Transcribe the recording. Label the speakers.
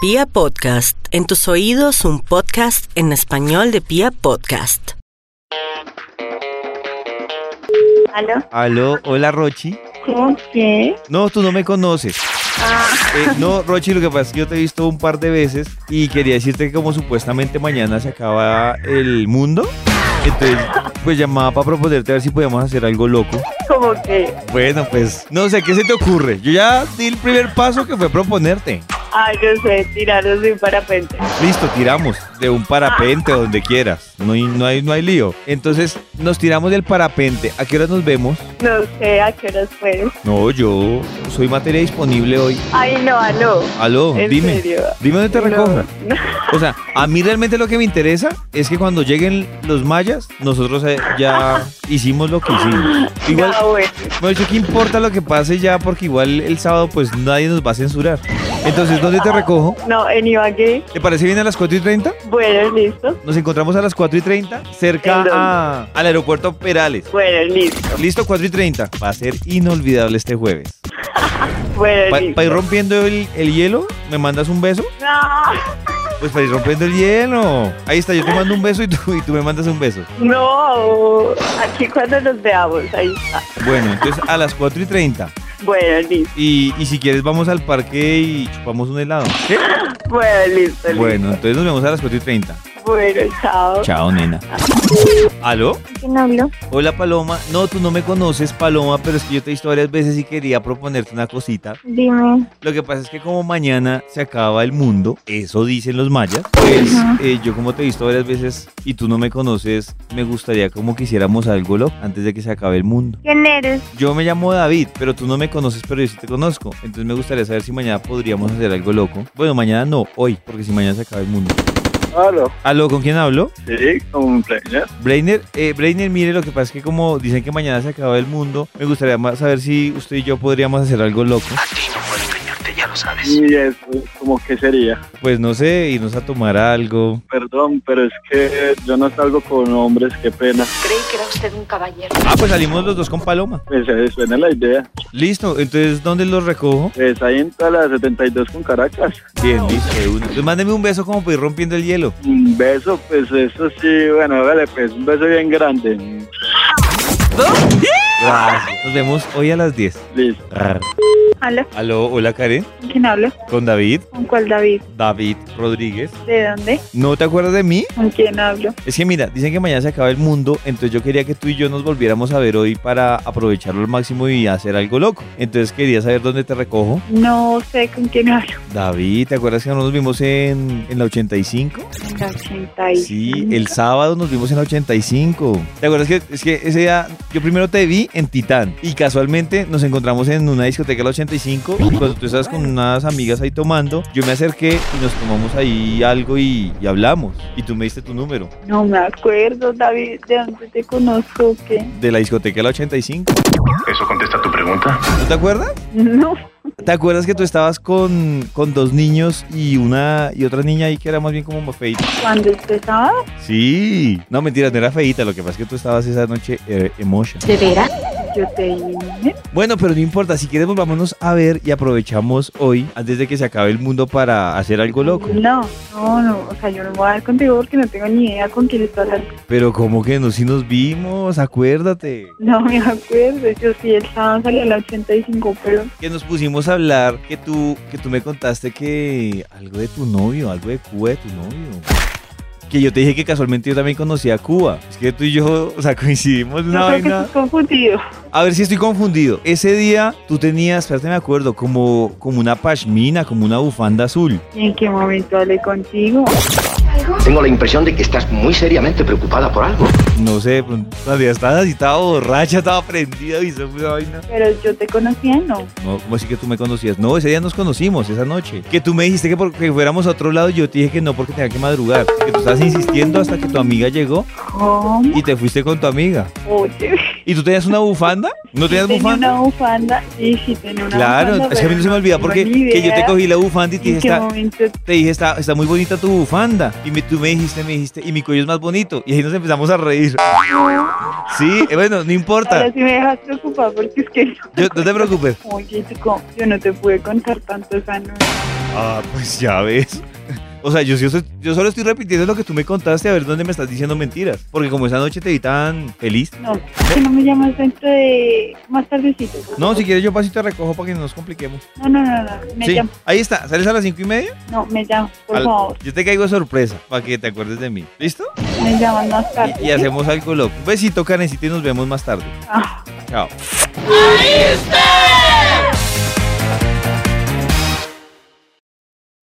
Speaker 1: Pia Podcast, en tus oídos un podcast en español de Pia Podcast.
Speaker 2: ¿Aló?
Speaker 3: Aló, hola Rochi.
Speaker 2: ¿Cómo qué?
Speaker 3: No, tú no me conoces.
Speaker 2: Ah,
Speaker 3: Eh, no, Rochi, lo que pasa es que yo te he visto un par de veces y quería decirte que como supuestamente mañana se acaba el mundo, entonces pues llamaba para proponerte a ver si podíamos hacer algo loco.
Speaker 2: ¿cómo qué?
Speaker 3: Bueno, pues no sé, ¿qué se te ocurre? Yo ya di el primer paso que fue proponerte.
Speaker 2: Ay, no sé, tiraros de un parapente.
Speaker 3: Listo, tiramos de un parapente o donde quieras. No hay, no hay, no hay lío. Entonces nos tiramos del parapente. ¿A qué hora nos vemos?
Speaker 2: No sé a qué horas puedes.
Speaker 3: No, yo soy materia disponible hoy.
Speaker 2: Ay, no, aló.
Speaker 3: Aló,
Speaker 2: ¿En
Speaker 3: Oh, dime.
Speaker 2: serio?
Speaker 3: Dime dónde te
Speaker 2: No,
Speaker 3: recoja.
Speaker 2: no.
Speaker 3: O sea, a mí realmente lo que me interesa es que cuando lleguen los mayas, nosotros eh, ya hicimos lo que hicimos. Igual,
Speaker 2: Ah, bueno.
Speaker 3: me dicho que importa lo que pase ya, porque igual el sábado pues nadie nos va a censurar. Entonces, ¿dónde te recojo?
Speaker 2: No, en Ibagué.
Speaker 3: ¿Te parece bien a las 4 y 30?
Speaker 2: Bueno, listo.
Speaker 3: Nos encontramos a las 4 y 30 cerca
Speaker 2: ¿En dónde?
Speaker 3: a- al aeropuerto Perales.
Speaker 2: Bueno, listo.
Speaker 3: Listo, 4 y 30. Va a ser inolvidable este jueves.
Speaker 2: Bueno,
Speaker 3: Para
Speaker 2: listo.
Speaker 3: ir rompiendo el, el hielo, ¿me mandas un beso?
Speaker 2: No,
Speaker 3: Pues para ir rompiendo el hielo. Ahí está, yo te mando un beso y tú, y tú me mandas un beso.
Speaker 2: no. Aquí cuando nos veamos, ahí está.
Speaker 3: Bueno, entonces a las 4 y 30.
Speaker 2: Bueno, listo.
Speaker 3: Y, y si quieres, vamos al parque y chupamos un helado. ¿Qué?
Speaker 2: Bueno, listo. listo.
Speaker 3: Bueno, entonces nos vemos a las 4 y 30.
Speaker 2: Bueno, chao.
Speaker 3: Chao, nena. ¿Aló?
Speaker 2: ¿Quién habló?
Speaker 3: Hola, Paloma. No, tú no me conoces, Paloma, pero es que yo te he visto varias veces y quería proponerte una cosita.
Speaker 2: Dime.
Speaker 3: Lo que pasa es que como mañana se acaba el mundo, eso dicen los mayas, pues eh, yo como te he visto varias veces y tú no me conoces, me gustaría como que hiciéramos algo loco antes de que se acabe el mundo.
Speaker 2: ¿Quién eres?
Speaker 3: Yo me llamo David, pero tú no me conoces, pero yo sí te conozco. Entonces me gustaría saber si mañana podríamos hacer algo loco. Bueno, mañana no, hoy, porque si mañana se acaba el mundo.
Speaker 4: Aló,
Speaker 3: ¿Aló? ¿Con quién hablo?
Speaker 4: sí, cumpleaños.
Speaker 3: Brainer, eh, Brainer, mire, lo que pasa es que como dicen que mañana se acaba el mundo, me gustaría más saber si usted y yo podríamos hacer algo loco.
Speaker 4: Y eso, como que sería.
Speaker 3: Pues no sé, irnos a tomar algo,
Speaker 4: Perdón, pero es que yo no salgo con hombres, qué pena.
Speaker 5: Creí que era usted un caballero.
Speaker 3: Ah, pues salimos los dos con Paloma.
Speaker 4: Pues eh, suena la idea.
Speaker 3: Listo, entonces, ¿dónde los recojo?
Speaker 4: Pues ahí entra la 72 con Caracas.
Speaker 3: Bien, listo, de una. Entonces, mándeme un beso como para ir rompiendo el hielo.
Speaker 4: Un beso, pues eso sí, bueno, vale, pues un beso bien grande.
Speaker 3: Gracias. Nos vemos hoy a las 10.
Speaker 4: Listo.
Speaker 3: Arr.
Speaker 2: ¿Aló?
Speaker 3: Aló, hola Karen.
Speaker 2: ¿Quién habla?
Speaker 3: Con David.
Speaker 2: ¿Con cuál David?
Speaker 3: David Rodríguez.
Speaker 2: ¿De dónde?
Speaker 3: ¿No te acuerdas de mí?
Speaker 2: ¿Con quién hablo?
Speaker 3: Es que mira, dicen que mañana se acaba el mundo, entonces yo quería que tú y yo nos volviéramos a ver hoy para aprovecharlo al máximo y hacer algo loco. Entonces quería saber dónde te recojo.
Speaker 2: No sé con quién hablo.
Speaker 3: David, ¿te acuerdas que nos vimos en, en la 85?
Speaker 2: En la 85.
Speaker 3: Sí, el sábado nos vimos en la 85. ¿Te acuerdas que es que ese día yo primero te vi en Titán y casualmente nos encontramos en una discoteca de la 85 y cuando tú estabas con unas amigas ahí tomando, yo me acerqué y nos tomamos ahí algo y, y hablamos y tú me diste tu número
Speaker 2: No me acuerdo, David, de dónde te conozco, o ¿qué?
Speaker 3: de la discoteca de la 85.
Speaker 6: ¿Eso contesta tu pregunta?
Speaker 3: ¿No te acuerdas?
Speaker 2: No,
Speaker 3: ¿Te acuerdas que tú estabas con, con dos niños y una y otra niña ahí que era más bien como más feita?
Speaker 2: cuando empezaba,
Speaker 3: Sí. No, mentira, no era feita, lo que pasa es que tú estabas esa noche eh, emotion.
Speaker 5: ¿De veras?
Speaker 2: yo te dije,
Speaker 3: Bueno, pero no importa, si quieres volvámonos a ver y aprovechamos hoy, antes de que se acabe el mundo, para hacer algo loco.
Speaker 2: no, no, no, o sea, yo no me voy a dar contigo porque no tengo ni idea con quién estás hablando.
Speaker 3: Pero como que no, si nos vimos, acuérdate.
Speaker 2: No me acuerdo, yo sí, el sábado salió a la 85, pero
Speaker 3: Que nos pusimos a hablar, que tú, que tú me contaste que algo de tu novio, algo de Cuba de tu novio. Que yo te dije que casualmente yo también conocía a Cuba. Es que tú y yo, o sea, coincidimos en
Speaker 2: yo
Speaker 3: una
Speaker 2: creo que
Speaker 3: vaina.
Speaker 2: estás confundido.
Speaker 3: A ver si estoy confundido. Ese día tú tenías, espérate, me acuerdo, como, como una pashmina, como una bufanda azul.
Speaker 2: ¿Y en qué momento hablé contigo?
Speaker 7: Tengo la impresión de que estás muy seriamente preocupada por algo.
Speaker 3: No sé, de pronto todavía estaba así, estaba borracha, estaba prendida y se fue esa vaina.
Speaker 2: Pero yo te conocía, no.
Speaker 3: No, ¿cómo así que tú me conocías? No, ese día nos conocimos, esa noche. Que tú me dijiste que porque fuéramos a otro lado, yo te dije que no porque tenía que madrugar. Que tú estabas insistiendo hasta que tu amiga llegó
Speaker 2: ¿Cómo?
Speaker 3: y te fuiste con tu amiga.
Speaker 2: Oye,
Speaker 3: ¿Y tú tenías una bufanda? ¿No tenías
Speaker 2: tenía
Speaker 3: bufanda?
Speaker 2: una bufanda. Sí, sí, tenía una
Speaker 3: Claro,
Speaker 2: bufanda.
Speaker 3: es que a mí no se me olvida porque que yo te cogí la bufanda y te
Speaker 2: ¿En
Speaker 3: dije,
Speaker 2: qué
Speaker 3: está,
Speaker 2: momento
Speaker 3: te dije, está, está muy bonita tu bufanda. Y me- tú me dijiste, me dijiste, y mi cuello es más bonito. Y ahí nos empezamos a reír. Sí, eh, bueno, no importa.
Speaker 2: Ahora sí me dejas preocupada porque es que
Speaker 3: Yo- no te preocupes.
Speaker 2: Oye, chico, yo no te pude contar tanto esa noche.
Speaker 3: Ah, pues ya ves. O sea, yo, yo, yo solo estoy repitiendo lo que tú me contaste a ver dónde me estás diciendo mentiras. Porque como esa noche te vi tan feliz.
Speaker 2: No, que no me llamas dentro de más tardecito.
Speaker 3: No, si quieres yo pasito te recojo para que no nos compliquemos.
Speaker 2: No, no, no, no, me
Speaker 3: sí,
Speaker 2: llamas.
Speaker 3: ahí está. ¿Sales a las cinco y media?
Speaker 2: No, me llamas, por
Speaker 3: Al-
Speaker 2: favor.
Speaker 3: Yo te caigo de sorpresa para que te acuerdes de mí. ¿Listo?
Speaker 2: Me llamas más tarde.
Speaker 3: Y, y
Speaker 2: ¿sí?
Speaker 3: hacemos algo loco. Un besito, Karencita, y nos vemos más tarde.
Speaker 2: Ah.
Speaker 3: Chao.
Speaker 8: Ahí está.